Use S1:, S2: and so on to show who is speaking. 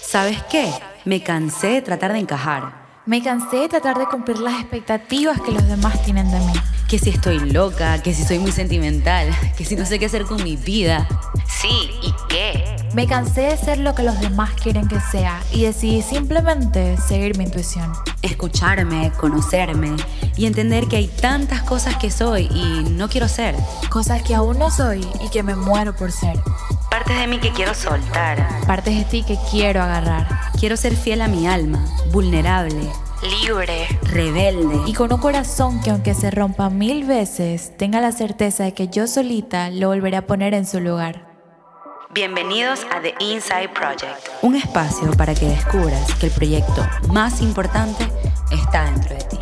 S1: ¿Sabes qué? Me cansé de tratar de encajar.
S2: Me cansé de tratar de cumplir las expectativas que los demás tienen de mí.
S1: Que si estoy loca, que si soy muy sentimental, que si no sé qué hacer con mi vida. Sí, ¿y qué?
S2: Me cansé de ser lo que los demás quieren que sea y decidí simplemente seguir mi intuición.
S1: Escucharme, conocerme y entender que hay tantas cosas que soy y no quiero ser.
S2: Cosas que aún no soy y que me muero por ser.
S1: Partes de mí que quiero soltar.
S2: Partes de ti que quiero agarrar.
S1: Quiero ser fiel a mi alma, vulnerable,
S3: libre,
S1: rebelde.
S2: Y con un corazón que aunque se rompa mil veces, tenga la certeza de que yo solita lo volveré a poner en su lugar.
S1: Bienvenidos a The Inside Project, un espacio para que descubras que el proyecto más importante está dentro de ti.